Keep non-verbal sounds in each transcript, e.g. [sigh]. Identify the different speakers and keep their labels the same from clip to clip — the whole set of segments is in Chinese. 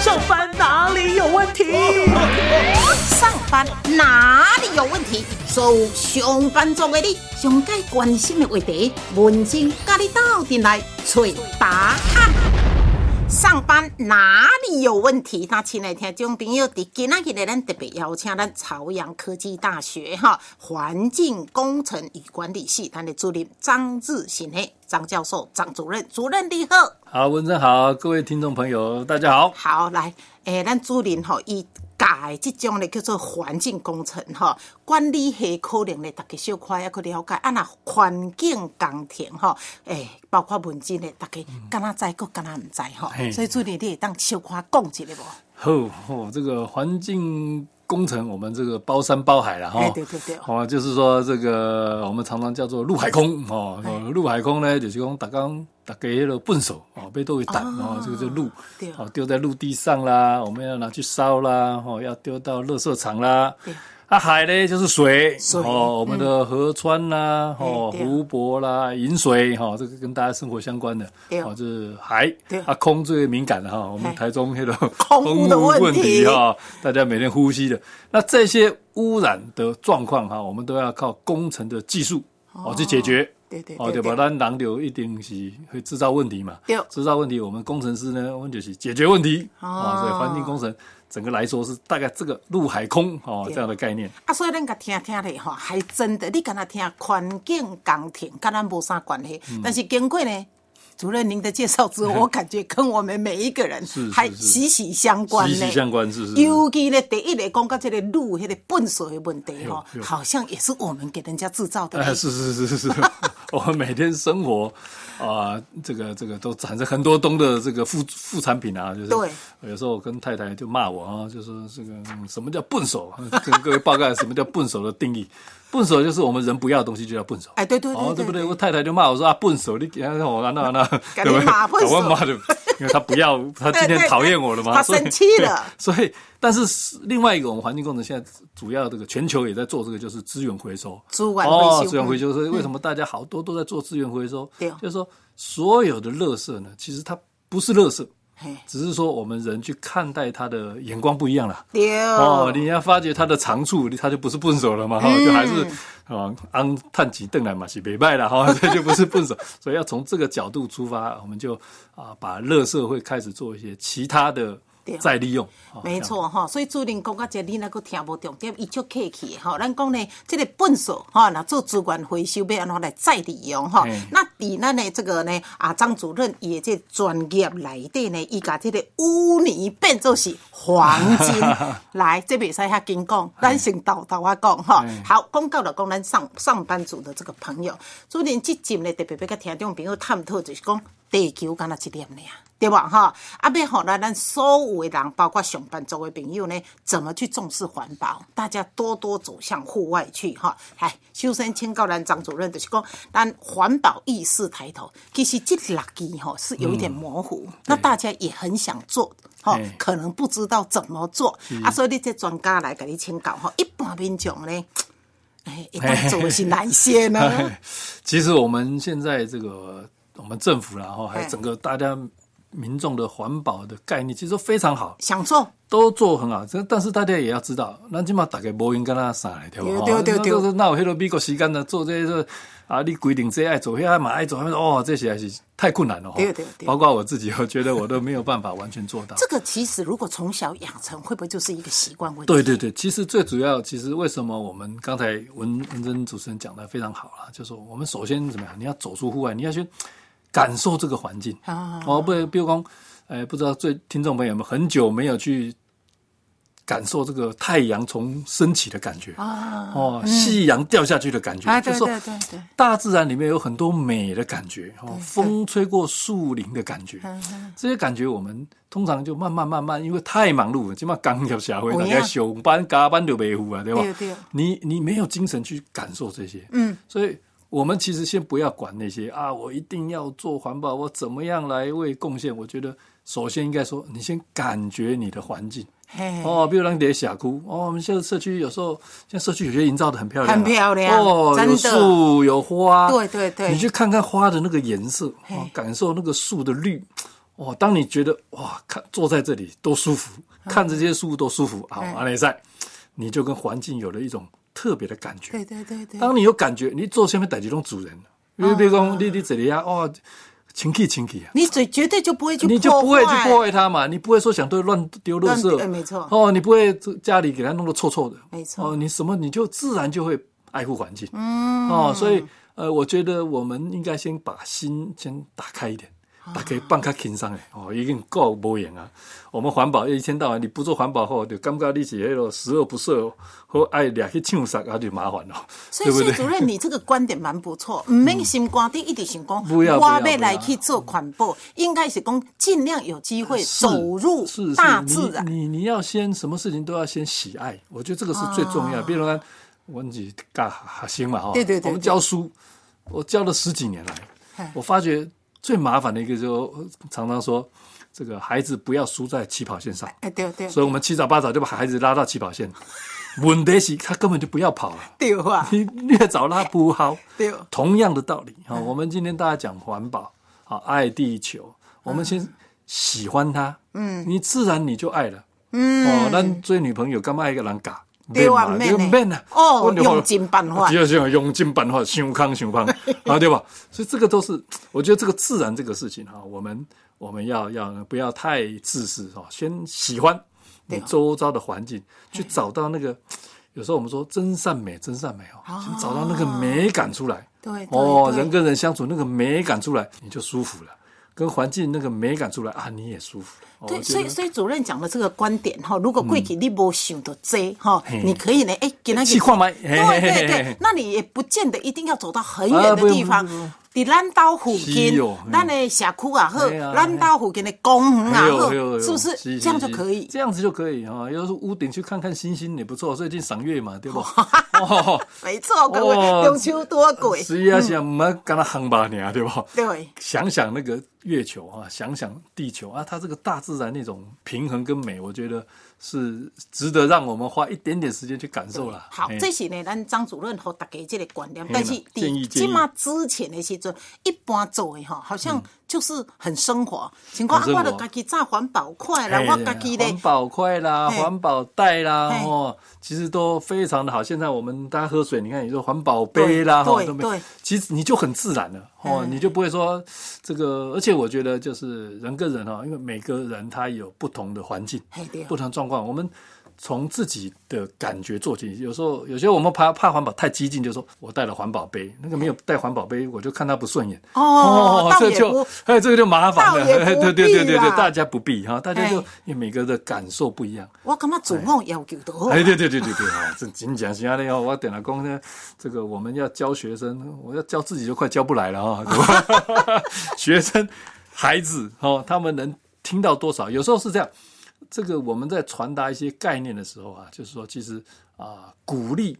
Speaker 1: 上班哪里有问题？
Speaker 2: 上班哪里有问题？所有上班族的你，上该关心的话题，文静甲你斗阵来找答案。上班哪里有问题？那亲爱的听众朋友，伫今仔日咧，咱特别邀请咱朝阳科技大学哈环境工程与管理系咱的主任张志新嘿，张教授、张主任，主任你好。
Speaker 3: 好，文正好，各位听众朋友，大家好。
Speaker 2: 好，来，诶、咱主任吼，伊教的即种咧叫做环境工程吼，管理系可能咧，大家小可也去了解。啊，若环境工程吼，诶、包括文字咧，大家敢若知，佫敢若毋知吼。
Speaker 3: 嘿
Speaker 2: 所以主任，你会当小可讲一下无？
Speaker 3: 吼、吼哦这个环境工程，我们这个包山包海了哈。
Speaker 2: 哎对对对
Speaker 3: 哦，就是说这个我们常常叫做陆海空哦。
Speaker 2: 哎
Speaker 3: 哦陆海空呢，就是讲大刚大家迄个笨手哦，被斗为胆哦，这个就陆
Speaker 2: 对
Speaker 3: 哦丢在陆地上啦，我们要拿去烧啦，哦要丢到垃圾场啦。啊，海呢就是水，
Speaker 2: 水嗯
Speaker 3: 哦，我们的河川啦，哦，
Speaker 2: 哎对
Speaker 3: 湖泊啦，饮水，哈、哦，这个跟大家生活相关的，
Speaker 2: 对
Speaker 3: 哦，就是海
Speaker 2: 对，
Speaker 3: 啊，空最敏感的哈、我们
Speaker 2: 哎
Speaker 3: 台中那个
Speaker 2: 空污的问题
Speaker 3: 哈，啊大家每天呼吸的。那这些污染的状况哈，我们都要靠工程的技术哦去解决。
Speaker 2: 对对
Speaker 3: 哦，
Speaker 2: 对
Speaker 3: 对吧？咱人流一定是会制造问题嘛
Speaker 2: 对，
Speaker 3: 制造问题，我们工程师呢，我们就是解决问题
Speaker 2: 哦
Speaker 3: 哦所以环境工程整个来说是大概这个陆海空哦
Speaker 2: 对
Speaker 3: 这样的概念。
Speaker 2: 啊，所以咱甲听听咧吼，还真的，你敢若听环境工程，甲咱无啥关系。
Speaker 3: 嗯
Speaker 2: 但是经过呢，主任您的介绍
Speaker 3: [laughs]
Speaker 2: 之后，我感觉跟我们每一个人
Speaker 3: 是是
Speaker 2: 还
Speaker 3: 是
Speaker 2: 息息相关
Speaker 3: 息
Speaker 2: 呢。
Speaker 3: 息相关，是是是。
Speaker 2: 尤其呢，第一个讲到这个路、迄、个粪水的问题吼
Speaker 3: 对，对
Speaker 2: 好像也是我们给人家制造的。
Speaker 3: 哎，是是是是是， [laughs] 我们每天生活啊、这个这个都产生很多东的这个副副产品啊，就是
Speaker 2: 对
Speaker 3: 有时候我跟太太就骂我啊，就是这个、嗯什么叫笨手，跟各位报告什么叫笨手的定义。笨手就是我们人不要的东西就叫笨手，
Speaker 2: 哎对对对
Speaker 3: 哦
Speaker 2: 对
Speaker 3: 对不
Speaker 2: 对
Speaker 3: 对？我太太就骂我说啊笨手，你给他让我拿那那，
Speaker 2: 赶
Speaker 3: 对
Speaker 2: 紧
Speaker 3: 不对？
Speaker 2: 骂笨手
Speaker 3: 我骂的，因为他不要，他
Speaker 2: 对
Speaker 3: 今
Speaker 2: 对
Speaker 3: 天
Speaker 2: 对
Speaker 3: 讨厌我了嘛，
Speaker 2: 他
Speaker 3: 所以
Speaker 2: 生气了。
Speaker 3: [laughs] 所以，但是另外一个，我们环境工程现在主要这个全球也在做这个，就是资源回收。
Speaker 2: 资源回收嗯
Speaker 3: 哦，资源回收。所以为什么大家好多都在做资源回收？
Speaker 2: 对
Speaker 3: 就是说所有的垃圾呢，其实它不是垃圾，
Speaker 2: 嘿
Speaker 3: 只是说我们人去看待它的眼光不一样了。
Speaker 2: 对
Speaker 3: 哦，你要发掘它的长处，它就不是笨手了嘛，哈、
Speaker 2: 嗯
Speaker 3: 就还是啊，昂探起凳来嘛是没败了哈， [laughs] 这就不是笨手，所以要从这个角度出发，我们就啊把乐社会开始做一些其他的
Speaker 2: 对
Speaker 3: 再利用，哦
Speaker 2: 没，错吼，所以主任讲到这，你若佫听无重点，伊足客气的吼。咱讲呢，这个粪扫吼，若做资源回收，要安怎来再利用吼
Speaker 3: 嗯？
Speaker 2: 那伫咱的这个呢啊，张主任伊的这个专业内底呢，伊甲这个污泥变作是黄金，来，这袂使遐紧讲，咱先豆豆啊讲吼。好，讲到了讲咱上上班族的这个朋友，主任即阵呢特别要甲听众朋友探讨，就是讲地球敢若一粒尔。对吧？哈，啊，要好咱咱所有的人，包括上班族的朋友呢，怎么去重视环保？大家多多走向户外去哈。来，首先请教咱张主任，就是讲咱环保意识抬头。其实这六句哈是有一点模糊，
Speaker 3: 嗯
Speaker 2: 那大家也很想做，哈
Speaker 3: 对，
Speaker 2: 可能不知道怎么做
Speaker 3: 嗯
Speaker 2: 啊，所以你这专家来给你请教哈。一般民众呢，哎，一般做的是哪一些呢？
Speaker 3: [laughs] 其实我们现在这个我们政府然后还有整个大家民众的环保的概念，其实都非常好，
Speaker 2: 想做，
Speaker 3: 都做很好，这但是大家也要知道，咱即马大家无闲跟他啥来，对吧？
Speaker 2: 对对
Speaker 3: 哦
Speaker 2: 对
Speaker 3: 那那那有迄个美国时间呢，做这个啊，你规定这爱做，遐嘛爱做，哦，这实在是太困难了。哦
Speaker 2: 对对对
Speaker 3: 包括我自己，我觉得我都没有办法完全做到。
Speaker 2: [laughs] 这个其实如果从小养成，会不会就是一个习惯问题？
Speaker 3: 对对对，其实最主要，其实为什么我们刚才文文珍主持人讲的非常好啦，就是我们首先怎么样，你要走出户外，你要去感受这个环境。
Speaker 2: 啊
Speaker 3: 哦，不，比如讲，呃，不知道最听众朋友们很久没有去感受这个太阳从升起的感觉，
Speaker 2: 啊
Speaker 3: 哦，夕阳掉下去的感觉，
Speaker 2: 啊，
Speaker 3: 就
Speaker 2: 对
Speaker 3: 是说
Speaker 2: 对对对。
Speaker 3: 大自然里面有很多美的感觉，哦，风吹过树林的感觉，
Speaker 2: 嗯
Speaker 3: 这些感觉我们通常就慢慢慢慢，因为太忙碌了，起码刚入社会，
Speaker 2: 有
Speaker 3: 大
Speaker 2: 影
Speaker 3: 家上班加班就没糊啊，对吧？
Speaker 2: 对对
Speaker 3: 你你没有精神去感受这些，嗯，所以我们其实先不要管那些啊，我一定要做环保，我怎么样来为贡献？我觉得首先应该说，你先感觉你的环境。
Speaker 2: 嘿，
Speaker 3: 哦，比如咱在峡谷，哦，我们现在社区有时候，现在社区有些营造的很漂亮啊，
Speaker 2: 很漂亮
Speaker 3: 哦，
Speaker 2: 真的
Speaker 3: 有树有花，
Speaker 2: 对对对
Speaker 3: 你去看看花的那个颜色，哦、感受那个树的绿，哇，当你觉得哇，看坐在这里多舒服，
Speaker 2: 嗯
Speaker 3: 看这些书都舒服，好，阿内赛，你就跟环境有了一种特别的感觉。
Speaker 2: 对对对对，
Speaker 3: 当你有感觉，你做下面逮几种主人，因为比如讲你你这里啊，哦，清气清气啊。
Speaker 2: 你嘴绝对就不会去，
Speaker 3: 你就不会去破。坏它嘛，你不会说想对乱丢垃圾，
Speaker 2: 乱哎没错
Speaker 3: 哦，你不会家里给它弄得臭臭的，
Speaker 2: 没错
Speaker 3: 哦，你什么你就自然就会爱护环境，嗯，哦，所以呃，我觉得我们应该先把心先打开一点。
Speaker 2: 啊
Speaker 3: 打开放开轻松诶，哦，已经够无用啊！我们环保一天到晚你不做环保后，就感觉你是迄个十恶不赦哦和爱掠去抢杀，啊就麻烦了，
Speaker 2: 所以
Speaker 3: 对不
Speaker 2: 谢
Speaker 3: 对？
Speaker 2: 主任，你这个观点蛮不错，唔免心肝底一直想讲，
Speaker 3: 嗯不要不要
Speaker 2: 我来去做环保，应该是讲尽量有机会
Speaker 3: 是
Speaker 2: 走入
Speaker 3: 是是
Speaker 2: 大自然。
Speaker 3: 你你你要先什么事情都要先喜爱，我觉得这个是最重要的。比如说，我们是干哈行嘛哈，
Speaker 2: 哦对对对
Speaker 3: 我们教书，我教了十几年来
Speaker 2: 嗨，
Speaker 3: 我发觉最麻烦的一个就常常说，这个孩子不要输在起跑线上，
Speaker 2: 哎，对对
Speaker 3: 所以我们七早八早就把孩子拉到起跑线。问题是，他根本就不要跑了。
Speaker 2: 对啊，
Speaker 3: 你 [laughs] 越早拉不好。
Speaker 2: 对
Speaker 3: 同样的道理啊、
Speaker 2: 哎
Speaker 3: 我们今天大家讲环保，啊，爱地
Speaker 2: 嗯
Speaker 3: 球，我们先喜欢它，嗯，你自然你就爱了，嗯，哦，咱追女朋友干嘛爱个人嘎？
Speaker 2: 对啊
Speaker 3: 嘛
Speaker 2: 免
Speaker 3: 就
Speaker 2: 呢
Speaker 3: 免啊！
Speaker 2: 哦
Speaker 3: 我就好
Speaker 2: 用尽办
Speaker 3: [laughs]
Speaker 2: 法
Speaker 3: 就是用啊用尽办法，想康
Speaker 2: [laughs]
Speaker 3: 想康啊，对吧？所以这个都是，我觉得这个自然这个事情哈，我们我们要要不要太自私哦，先喜欢
Speaker 2: 啊
Speaker 3: 你周遭的环境，
Speaker 2: 哎
Speaker 3: 去找到那个。有时候我们说真善美，真善美哦，先找到那个美感出来。
Speaker 2: 对对
Speaker 3: 哦，
Speaker 2: 对
Speaker 3: 人跟人相处那个美感出来，你就舒服了；跟环境那个美感出来啊，你也舒服了。哦
Speaker 2: 对，
Speaker 3: 我觉
Speaker 2: 所
Speaker 3: 得嗯
Speaker 2: 以所以主任讲的这个观点哈，如果过去你没想到这哈
Speaker 3: 嘿，
Speaker 2: 你可以呢，哎，给他
Speaker 3: 去看
Speaker 2: [laughs]
Speaker 3: 麦
Speaker 2: 对对
Speaker 3: 嘿嘿嘿
Speaker 2: 对，那你也不见得一定要走到很远的地
Speaker 3: 啊
Speaker 2: 方
Speaker 3: 不用不用。
Speaker 2: 伫咱岛附近
Speaker 3: 是哦，
Speaker 2: 咱的社区也好
Speaker 3: 嘿啊，
Speaker 2: 咱岛附近的公园
Speaker 3: 哎
Speaker 2: 也
Speaker 3: 呦
Speaker 2: 好
Speaker 3: 哎呦哎，呦
Speaker 2: 是不是这样就可以？
Speaker 3: 这样子就可以啊！要是屋顶去看看星星也不错，最近赏月嘛，对
Speaker 2: [laughs]
Speaker 3: 不？哦，
Speaker 2: 没错，各位
Speaker 3: 哦，
Speaker 2: 中秋多鬼，
Speaker 3: 是啊，是啊，唔要跟他行吧你啊，对不？
Speaker 2: 对，
Speaker 3: 想想那个月球啊，想想地球啊，它这个大自然那种平衡跟美，我觉得是值得让我们花一点点时间去感受啦。
Speaker 2: 嗯好
Speaker 3: 哎，
Speaker 2: 这是呢，咱张主任和大家这个观念
Speaker 3: 嘿，啦
Speaker 2: 但是
Speaker 3: 建议
Speaker 2: 伫
Speaker 3: 建议
Speaker 2: 即嘛之前的时阵，一般做的吼，好像就是很生活，情况啊，
Speaker 3: 嗯很生
Speaker 2: 我
Speaker 3: 活
Speaker 2: 著家己炸环保快啦
Speaker 3: 哎，
Speaker 2: 我家己咧
Speaker 3: 环，保筷啦，
Speaker 2: 嘿
Speaker 3: 环保袋啦，
Speaker 2: 嘿
Speaker 3: 哦，其实都非常的好。现在我们大家喝水，你看你说环保杯啦，
Speaker 2: 对
Speaker 3: 哈，
Speaker 2: 对
Speaker 3: 都没
Speaker 2: 对，嗯
Speaker 3: 其实你就很自然了，哦，你就不会说这个。而且我觉得就是人跟人哈，因为每个人他有不同的环境
Speaker 2: 嘿对，啊
Speaker 3: 不同的状况，我们。从自己的感觉做起，有时候有些我们怕怕环保太激进，就说我带了环保杯，那个没有带环保杯，我就看他不顺眼。
Speaker 2: 哦倒
Speaker 3: 这
Speaker 2: 也
Speaker 3: 就
Speaker 2: 不
Speaker 3: 哎，这个就麻烦了。
Speaker 2: 倒也
Speaker 3: 哎
Speaker 2: 不
Speaker 3: [laughs] 对
Speaker 2: 必啊
Speaker 3: 对对对对，
Speaker 2: 啦
Speaker 3: 大家不必哈，大家就
Speaker 2: 哎
Speaker 3: 因为每个人的感受不一样。
Speaker 2: 我感觉自我要求都好。
Speaker 3: 哎，对对对对对啊，这真讲是啊，那个我点了工呢，这个我们要教学生，我要教自己就快教不来了啊，对吧？ [laughs] 学生、孩子哦，他们能听到多少？有时候是这样，这个我们在传达一些概念的时候啊，就是说，其实啊、鼓励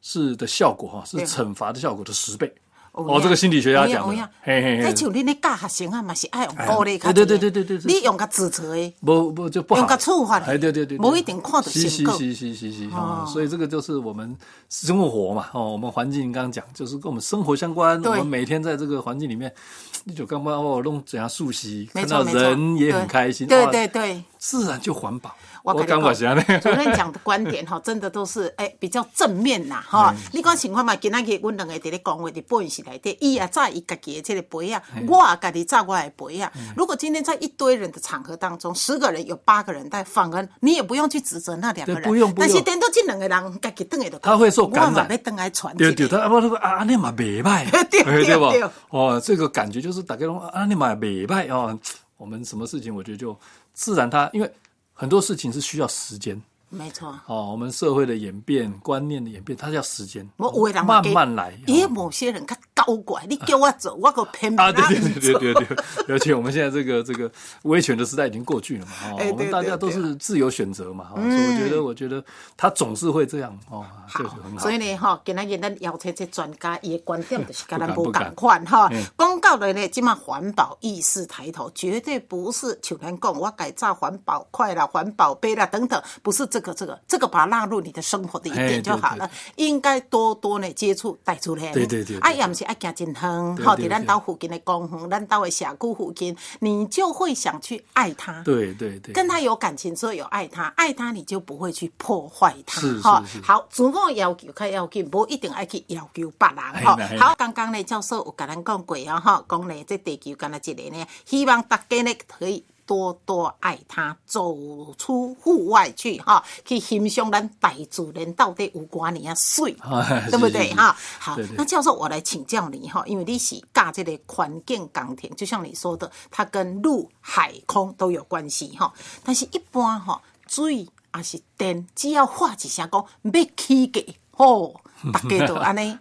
Speaker 3: 是的效果哦哈、是
Speaker 2: 对
Speaker 3: 惩罚的效果的十倍。
Speaker 2: 有
Speaker 3: 哦，
Speaker 2: 呀
Speaker 3: 这个心理学家讲
Speaker 2: 有
Speaker 3: 的
Speaker 2: 呀，有
Speaker 3: 嘿
Speaker 2: 呀
Speaker 3: 嘿嘿
Speaker 2: 那。像恁咧教学生啊，嘛是爱用鼓励较
Speaker 3: 哎
Speaker 2: 济的。
Speaker 3: 对对对对对对
Speaker 2: 你用较自责的，
Speaker 3: 不不就不好，
Speaker 2: 用个处罚
Speaker 3: 哎，对对对，对
Speaker 2: 不一定看到
Speaker 3: 是是
Speaker 2: 成果
Speaker 3: 是是是是，哦
Speaker 2: 哦
Speaker 3: 所以这个就是我们生活嘛，哦，我们环境刚刚讲，就是跟我们生活相关，我
Speaker 2: 对
Speaker 3: 们每天在这个环境里面，你就刚刚哦弄怎样熟悉，
Speaker 2: 没
Speaker 3: 看
Speaker 2: 错
Speaker 3: 到
Speaker 2: 没错，
Speaker 3: 人也
Speaker 2: 对
Speaker 3: 很开心，
Speaker 2: 对
Speaker 3: 哇
Speaker 2: 对，对。
Speaker 3: 自然就环保。
Speaker 2: 我跟你讲
Speaker 3: 感觉是这样
Speaker 2: [laughs] 主任讲的观点哈，真的都是诶、哎比较正面呐哈。你讲情况嘛，今仔日阮两个伫咧讲话，伫播音室内底，伊也炸伊家己的这个杯啊，我也家己炸我的杯啊。
Speaker 3: 嗯
Speaker 2: 如果今天在一堆人的场合当中，十个人有八个人在反而你也不用去指责那两个人，
Speaker 3: 对不用不
Speaker 2: 但
Speaker 3: 用
Speaker 2: 是等到这两个人家己等下就
Speaker 3: 他会受感染
Speaker 2: 我嘛要等来传
Speaker 3: 对
Speaker 2: 这
Speaker 3: 对，
Speaker 2: 个。
Speaker 3: 他啊，我那个啊，那嘛袂歹
Speaker 2: [laughs] 对，
Speaker 3: [laughs] 哎
Speaker 2: 对
Speaker 3: 吧
Speaker 2: 对？
Speaker 3: 哦，这个感觉就是大家拢啊，那嘛袂歹哦。我们什么事情，我觉得就自然它，因为很多事情是需要时间，
Speaker 2: 没错。
Speaker 3: 哦，我们社会的演变、观念的演变，它要时间，
Speaker 2: 我有的人
Speaker 3: 慢慢来。
Speaker 2: 因为
Speaker 3: 哦
Speaker 2: 某些人较高怪，你叫我做，我个偏
Speaker 3: 啊，
Speaker 2: 偏
Speaker 3: 对对对对对对， [laughs] 而且我们现在这个这个威权的时代已经过去了嘛，哦，
Speaker 2: 哎对嗯
Speaker 3: 我们大家都是自由选择嘛，哦、所以我觉得，我觉得他总是会这样哦，这个很好。
Speaker 2: 所以呢，吼，今仔日咱邀请这专家，伊的观点就是跟咱
Speaker 3: 不
Speaker 2: 无
Speaker 3: 敢
Speaker 2: 共
Speaker 3: 不
Speaker 2: 款吼
Speaker 3: 嗯。
Speaker 2: 讲到的呢，即马环保意识抬头，绝对不是像咱讲我改造环保筷啦、环保杯啦等等，不是这个这个这个把它纳入你的生活的一
Speaker 3: 哎
Speaker 2: 点就好了。应该多多呢接触带出来。
Speaker 3: 对对对对
Speaker 2: 啊，也毋是爱行真远，
Speaker 3: 对
Speaker 2: 吼，
Speaker 3: 对
Speaker 2: 伫咱
Speaker 3: 对
Speaker 2: 兜附近的公园，咱兜的社区附近，你就会想去爱它。
Speaker 3: 对对对，
Speaker 2: 跟
Speaker 3: [laughs]
Speaker 2: 他有感情，所以有爱他，爱他你就不会去破坏他
Speaker 3: 是是
Speaker 2: 哈
Speaker 3: 是
Speaker 2: 好，自我要求较要紧，无一定爱去要求别人
Speaker 3: 嘿啦
Speaker 2: 哈。
Speaker 3: 嘿啦
Speaker 2: 好，刚刚呢教授有甲咱讲过啊哈，讲呢这地球干那一个呢，希望大家呢可以。多多爱他，走出户外去哈，去欣赏咱大自然到底有偌尼啊水
Speaker 3: 哎， [laughs]
Speaker 2: 对不
Speaker 3: 是是
Speaker 2: 对
Speaker 3: 是
Speaker 2: 哈？好
Speaker 3: 对对，
Speaker 2: 那教授，我来请教你哈，因为你是尬这个环境钢铁，就像你说的，它跟陆、海、空都有关系哈。但是一般哈，水还是电，只要画一声讲要起价，
Speaker 3: [laughs]
Speaker 2: 吼，大家都安尼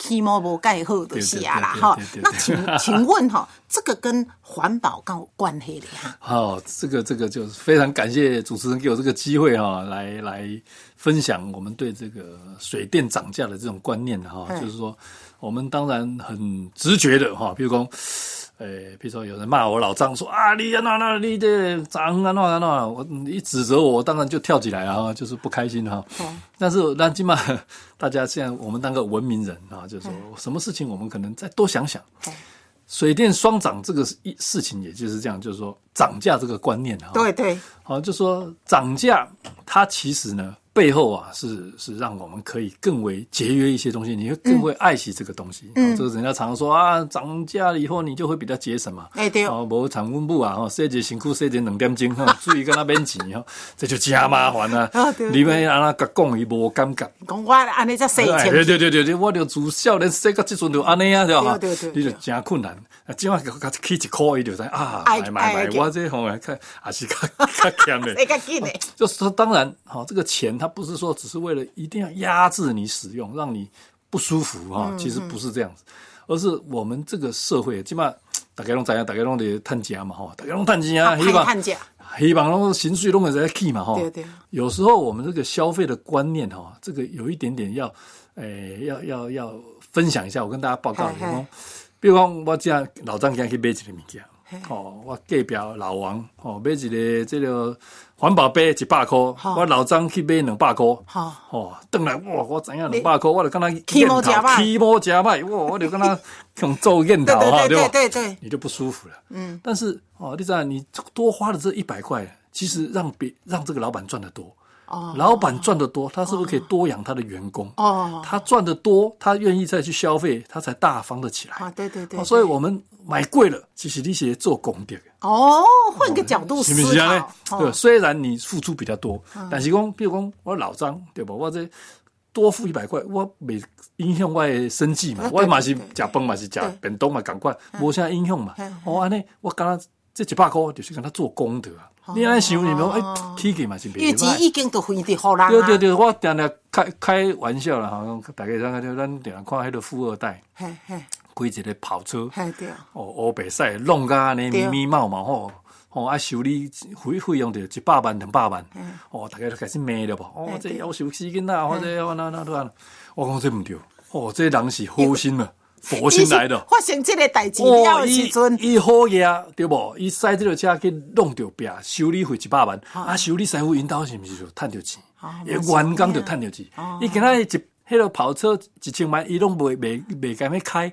Speaker 2: 起毛无盖好就是啊啦哈
Speaker 3: 对。对对对对
Speaker 2: 那请请问哈，这个跟环保有关系的哈？
Speaker 3: [laughs] 好、这个这个就是非常感谢主持人给我这个机会哈、来来分享我们对这个水电涨价的这种观念哈、
Speaker 2: 嗯
Speaker 3: 就是说我们当然很直觉的哈、比如说，呃，比如说有人骂我老张说啊，你啊那那你这涨啊那啊那，我一指责我，我当然就跳起来啊，哈就是不开心哈、但是那起码大家现在我们当个文明人啊，就是说什么事情我们可能再多想想。水电双涨这个事一事情，也就是这样，就是说涨价这个观念哈，
Speaker 2: 对，对，
Speaker 3: 好，就说涨价，它其实呢背后啊是是让我们可以更为节约一些东西，你会更会爱惜这个东西。嗯，这个人家常说啊，涨价了以后你就会比较节省嘛。
Speaker 2: 哎对
Speaker 3: 哦，无产温布啊，吼，洗一身躯，洗一两点钟，吼，注意跟他免钱吼，这就真麻烦
Speaker 2: [laughs]
Speaker 3: 啊
Speaker 2: 啊对。
Speaker 3: 你们安那甲讲伊无感觉。
Speaker 2: 讲我安尼才洗
Speaker 3: 哎
Speaker 2: 钱
Speaker 3: 对，对对对对，我就自少年说到即阵就安尼啊，对吧？
Speaker 2: 对对对
Speaker 3: 你就真困难。啊，即晚甲起一箍，伊就知啊，
Speaker 2: 哎
Speaker 3: 买买
Speaker 2: 哎
Speaker 3: 买，
Speaker 2: 对
Speaker 3: 我这方面较
Speaker 2: [laughs]
Speaker 3: 也是较较欠的。
Speaker 2: 洗哎较紧的，
Speaker 3: 就是说，当然，好、这个钱它不是说只是为了一定要压制你使用，让你不舒服哈、
Speaker 2: 嗯
Speaker 3: 其实不是这样子，而是我们这个社会，起码大家拢知影，大家拢得探家嘛哈、大家拢探家
Speaker 2: 啊
Speaker 3: 啊，希
Speaker 2: 歹
Speaker 3: 望哦
Speaker 2: 趁食。
Speaker 3: 希望拢薪水拢会在起嘛哈、
Speaker 2: 对对
Speaker 3: 有时候我们这个消费的观念哈、这个有一点点要，诶、要要要分享一下，我跟大家报告一下
Speaker 2: 嘿嘿
Speaker 3: 哦。比如讲，我这样老张今天去买一个物件，哦，我隔壁老王哦买一个这个环保杯一百块，我老张去买两百块，
Speaker 2: 好
Speaker 3: 哦，转来哇，我知影两百块，我就跟他
Speaker 2: 起毛吃歹
Speaker 3: 起毛吃歹，哇，我就跟他 [laughs] 用做念头哈，
Speaker 2: 对对
Speaker 3: 吧？
Speaker 2: 对对对
Speaker 3: 你就不舒服了。嗯，但是哦，你知道，你多花了这一百块，其实让别让这个老板赚得多。
Speaker 2: 哦
Speaker 3: 老板赚得多，他是不是可以多养他的员工？
Speaker 2: 哦
Speaker 3: 他赚得多，他愿意再去消费，他才大方的起来。
Speaker 2: 啊，对对对
Speaker 3: 哦，所以我们买贵了，其实你是做功德的。
Speaker 2: 哦，换个角度
Speaker 3: 是
Speaker 2: 思
Speaker 3: 不是啊？
Speaker 2: 考，
Speaker 3: 对，
Speaker 2: 哦嗯
Speaker 3: 虽然你付出比较多，但是讲，比如讲我老张对吧？我这多付一百块，我没影响我的生计嘛
Speaker 2: 啊，对
Speaker 3: 我嘛是
Speaker 2: 对
Speaker 3: 食饭嘛是食
Speaker 2: 对
Speaker 3: 便当嘛，赶快无啥影响嘛
Speaker 2: 嗯。
Speaker 3: 哦，安尼我刚刚这一百块就是跟他做功德
Speaker 2: 哦
Speaker 3: 啊。你安尼想，你讲哎，起价嘛是
Speaker 2: 月
Speaker 3: 袂
Speaker 2: 子
Speaker 3: 歹。
Speaker 2: 已经都非得好人啊，
Speaker 3: 对对对，我常常开开玩笑啦，好像大家咱咱常常看迄个富二代
Speaker 2: 嘿嘿
Speaker 3: 开一个跑车，
Speaker 2: 嘿对，
Speaker 3: 哦，乌白晒弄甲安尼
Speaker 2: 对
Speaker 3: 密密麻麻吼，吼啊修理费费用着一百万两百万，哦，大家都开始骂了无？哦，这要求死囡仔，哦或者那那那，我讲这毋对，哦，这人是好心了，佛心来
Speaker 2: 伊
Speaker 3: 的
Speaker 2: 是。发生这个代志了的时
Speaker 3: 哦伊
Speaker 2: 阵，
Speaker 3: 伊好嘢啊对无？伊驶即个车去弄着壁，修理费一百万，啊，修理师傅因兜是毋是就趁着啊钱？啊伊员工就趁着钱。伊今仔日一迄个跑车一千万，伊拢袂袂袂甘要开，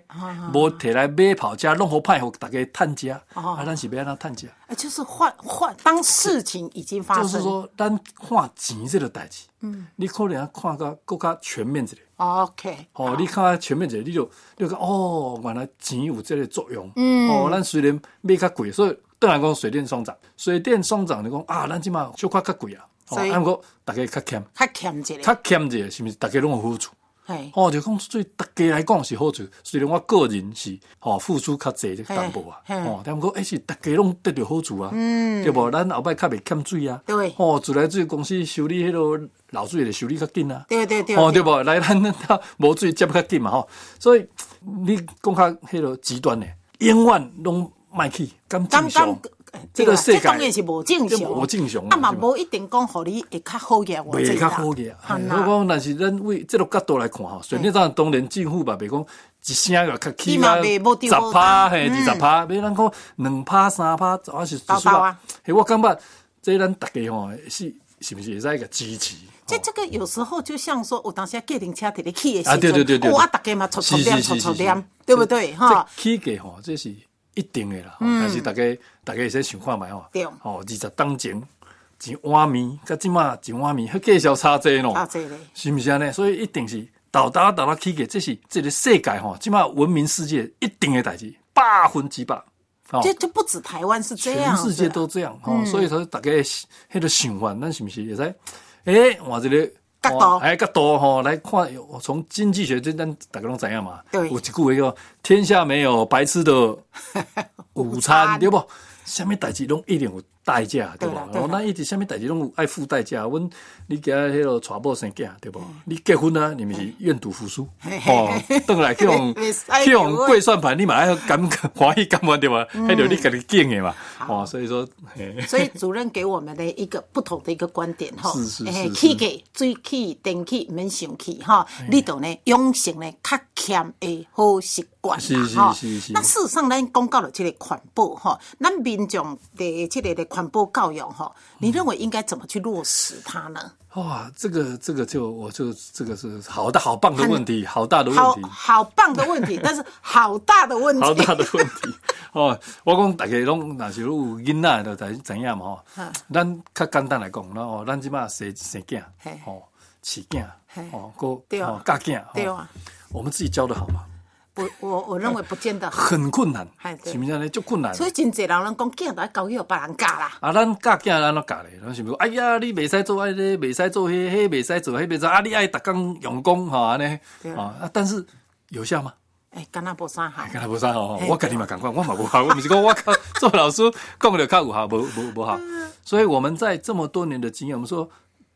Speaker 3: 无摕来买跑车，弄好歹，互大家趁食。啊，咱是要安怎趁食？
Speaker 2: 啊就是换换，当事情已经发
Speaker 3: 就是
Speaker 2: 生
Speaker 3: 说，咱看钱即个代志，你可能看个更较全面一点。
Speaker 2: ，OK，
Speaker 3: 哦，你看前面者，你就你就讲哦，原来钱有这个作用。嗯，哦，咱虽然买较贵，所以当然讲水电双涨，水电双涨，你讲啊，咱即马小可较贵啊。哦，
Speaker 2: 所以
Speaker 3: 啊，毋过大家较欠，
Speaker 2: 较欠一个，
Speaker 3: 较欠者是毋是？大家拢有好处。
Speaker 2: 嘿，
Speaker 3: 哦，就讲对大家来讲是好处，虽然我个人是哦付出较济淡薄啊，
Speaker 2: 嘿嘿
Speaker 3: 哦，但毋过诶是大家拢得到好处啊，嗯，对无？咱后摆较袂欠水啊，
Speaker 2: 对
Speaker 3: 哦，自来水公司修理迄落漏水就修理较紧啊，
Speaker 2: 对对对
Speaker 3: 哦
Speaker 2: 对
Speaker 3: 对无？来咱咱无水接较紧嘛吼，所以你讲较迄落极端诶，永远拢莫去敢正
Speaker 2: 刚
Speaker 3: 常
Speaker 2: 刚。
Speaker 3: 这个世界
Speaker 2: 当然是无正
Speaker 3: 这
Speaker 2: 常，
Speaker 3: 无正常啊
Speaker 2: 啊嘛
Speaker 3: 对吧
Speaker 2: 无一定讲，互你会较好嘅，我
Speaker 3: 袂较好嘅，
Speaker 2: 啊
Speaker 3: 哎
Speaker 2: 呐
Speaker 3: 我讲，但是咱为这个角度来看吼，虽然咱当然政府吧，袂讲一声个较起
Speaker 2: 伊嘛袂无丢
Speaker 3: 十
Speaker 2: 无
Speaker 3: 趴
Speaker 2: 当
Speaker 3: 嘿，二十趴，袂咱讲两趴三趴，还是
Speaker 2: 包包啊
Speaker 3: 嘿，我感觉这咱大家吼是是不是也在一个支持？
Speaker 2: 这这个有时候就像说，我当时计程车提你去的时
Speaker 3: 哦啊对对对对对
Speaker 2: 哇，大家嘛吵吵念
Speaker 3: 是
Speaker 2: 吵
Speaker 3: 是是
Speaker 2: 吵
Speaker 3: 是
Speaker 2: 念，对不对？哈，嗯
Speaker 3: 这哦起价吼，这是一定的啦。吼但是大家大家会使想看卖吼
Speaker 2: 对，
Speaker 3: 吼二十当前一碗面，甲即马一碗面，迄价少差济咯，
Speaker 2: 差多咧
Speaker 3: 是毋是安尼？所以一定是豆打豆打起价，这是这个世界吼，即马文明世界一定的代志，百分之百。吼
Speaker 2: 这就不止台湾是这
Speaker 3: 全
Speaker 2: 样，啊嗯
Speaker 3: 世界都这样吼、所以说大家迄个想法，咱是不是也在？诶、换一个
Speaker 2: 角度
Speaker 3: 换哎角度吼、来看，有从经济学这咱大家拢知影嘛？
Speaker 2: 对
Speaker 3: 有一句话叫“天下没有白吃的午餐”，对不？什么代志拢一定有代价，对不
Speaker 2: 对啦？对
Speaker 3: 然
Speaker 2: 啦
Speaker 3: 后咱一直什么代志拢有爱付代价。阮你家迄个娶某生囝，对不？
Speaker 2: 嗯
Speaker 3: 你结婚啊，你们是愿赌
Speaker 2: [laughs]
Speaker 3: 服输哦，等来去用
Speaker 2: 袂使对
Speaker 3: 去用贵算盘，你嘛要感欢喜感恩对吧？
Speaker 2: 嗯
Speaker 3: 迄就你家己拣的嘛。哦，所以说，嘿
Speaker 2: 所以主任给我们的一个不同的一个观点哈
Speaker 3: 是是，是
Speaker 2: 诶
Speaker 3: 是哎
Speaker 2: 气给水气、电气免生气哈，你都呢养成呢较欠的好习惯
Speaker 3: 是
Speaker 2: 啦
Speaker 3: 是
Speaker 2: 哈
Speaker 3: 是是
Speaker 2: 那事实上，咱讲到了这个环保哈，咱民众的这个的环保教育哈，你认为应该怎么去落实它呢？
Speaker 3: 哇，这个这个就我就这个是好大好棒的问题，好大的问
Speaker 2: 好
Speaker 3: 题，
Speaker 2: 好棒的问
Speaker 3: [laughs]
Speaker 2: 题，但是好大的问
Speaker 3: 好
Speaker 2: 题。
Speaker 3: 大的问题。 [laughs] 哦，我讲大家拢若是有囡仔就知知影嘛吼
Speaker 2: 嗯。
Speaker 3: 咱较简单来讲，然后咱即马生生囝
Speaker 2: 嘿，
Speaker 3: 哦，饲囝
Speaker 2: 嘿，
Speaker 3: 哦，个
Speaker 2: 对啊
Speaker 3: 哦，嫁囝，哦
Speaker 2: 对啊，
Speaker 3: 我们自己教的好吗？
Speaker 2: 不，我我认为不见得好，
Speaker 3: 很困难
Speaker 2: 哎，对
Speaker 3: 是不是呢？就困难。
Speaker 2: 所以真侪人拢讲，囝来教育别人教啦。
Speaker 3: 啊，咱教囝安怎教咧？咱是不是说？哎呀，你袂使做迄个，袂使做迄迄，袂使做迄，袂使啊！你爱逐工用功吼安尼
Speaker 2: 对啊
Speaker 3: 啊啊！但是有效 [laughs] 吗？
Speaker 2: 哎，敢若无啥好
Speaker 3: 哎，。敢若无啥吼
Speaker 2: 嘿，
Speaker 3: 我家己嘛共款，我嘛无效，我毋是讲我靠做老师讲了较有 [laughs] 效，无无无效。嗯所以我们在这么多年的经验，我们说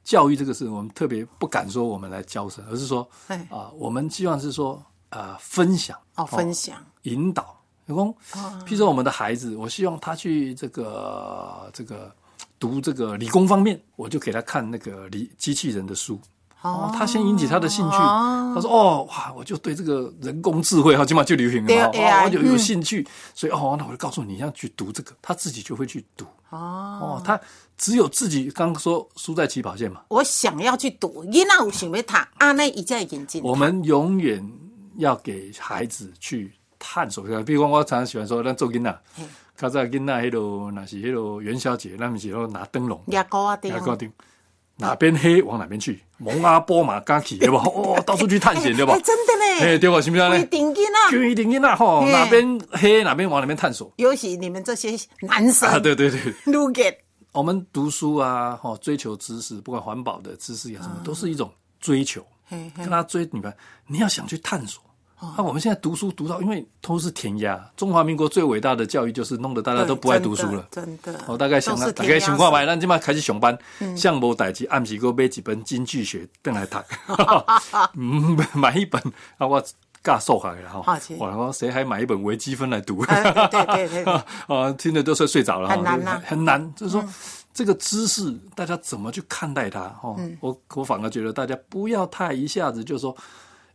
Speaker 3: 教育这个事，我们特别不敢说我们来教生，而是说
Speaker 2: 嘿
Speaker 3: 啊，我们希望是说啊，分享
Speaker 2: 哎哦，分享。
Speaker 3: 引导。员工，譬如说我们的孩子，我希望他去这个这个读这个理工方面，我就给他看那个理机器人的书。哦，他先引起他的兴趣，他说：“哦，哇，我就对这个人工智慧哈， [laughs] 起码就流行了
Speaker 2: 对
Speaker 3: 嘛，
Speaker 2: AI
Speaker 3: 哦，我就有兴趣，所以哦，那我就告诉你，你要去读这个，他自己就会去读。哦，他只有自己刚刚说输在起跑线嘛，
Speaker 2: 我想要去读，囡仔有想要读，安尼伊才会认真。
Speaker 3: 我们永远要给孩子去探索一下。比如讲，我常常喜欢说，咱做囡仔
Speaker 2: 嘿，
Speaker 3: 较早囡仔迄落，若是迄落元宵节，咱毋是都拿灯笼，
Speaker 2: 牙膏啊，对
Speaker 3: 拿
Speaker 2: 啊，
Speaker 3: 高顶，哪边黑往哪边去，蒙阿波马嘎起
Speaker 2: [laughs]
Speaker 3: 对吧？哦，到处去探险对吧
Speaker 2: 哎，？真的
Speaker 3: 哎，
Speaker 2: 嘞，
Speaker 3: 对吧？是不是这样
Speaker 2: 规
Speaker 3: 呢？
Speaker 2: 定囡仔，
Speaker 3: 就一定囡仔吼，
Speaker 2: 嘿
Speaker 3: 哪边黑哪边往哪边探索
Speaker 2: 尤其你们这些男生
Speaker 3: 啊！，对对对，
Speaker 2: 路给
Speaker 3: 我们读书啊，哈，追求知识，不管环保的知识呀什么，都是一种追求。
Speaker 2: 嗯嘿哦嘿
Speaker 3: 跟他追女孩，你要想去探索。那、我们现在读书读到，因为都是填鸭。中华民国最伟大的教育就是弄得大呃家都不爱读书了。
Speaker 2: 真的，真的
Speaker 3: 我、大概想
Speaker 2: 都
Speaker 3: 啊，
Speaker 2: 是
Speaker 3: 大
Speaker 2: 填
Speaker 3: 概
Speaker 2: 鸭嗯
Speaker 3: 想看买，咱即马开始上班，像无代志，暗时搁买一本经济学等来读，
Speaker 2: [laughs]
Speaker 3: 嗯，买一本啊，我教数学的啦
Speaker 2: 好
Speaker 3: 哈
Speaker 2: 是，
Speaker 3: 我说谁还买一本微积分来读？
Speaker 2: [laughs] 哎对对对对
Speaker 3: [laughs] 啊，听着都睡睡着了，哈
Speaker 2: 很难啊嗯呐
Speaker 3: 很难，就是说。这个知识大家怎么去看待它？哦，
Speaker 2: 嗯
Speaker 3: 我我反而觉得大家不要太一下子就说，